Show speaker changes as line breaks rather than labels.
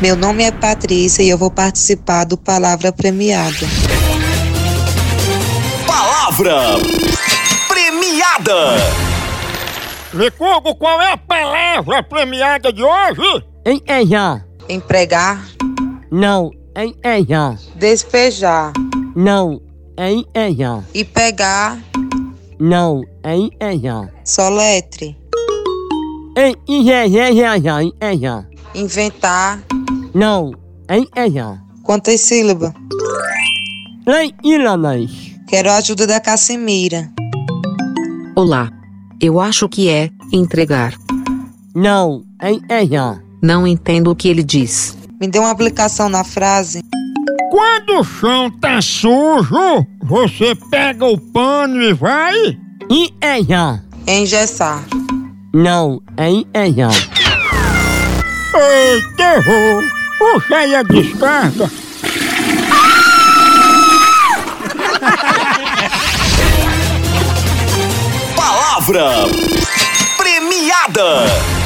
Meu nome é Patrícia e eu vou participar do Palavra Premiada.
Palavra Premiada.
Licurgo, qual é a palavra premiada de hoje?
Entejar.
Empregar,
Não, entejar.
despejar
Não, entejar.
e pegar,
Não, entejar.
soletre,
Entejar, entejar.
inventar,
Não, entejar.
quantas sílabas?
Três sílabas.
Quero a ajuda da Cassimira.
Olá. Eu acho que é entregar.
Não, entejar.
Não entendo o que ele diz.
Me dê uma aplicação na frase.
Quando o chão tá sujo, você pega o pano e vai?
Entejar.
Engessar.
Não, entejar.
Ei, terror! Puxa aí a descarga!
Palavra Premiada.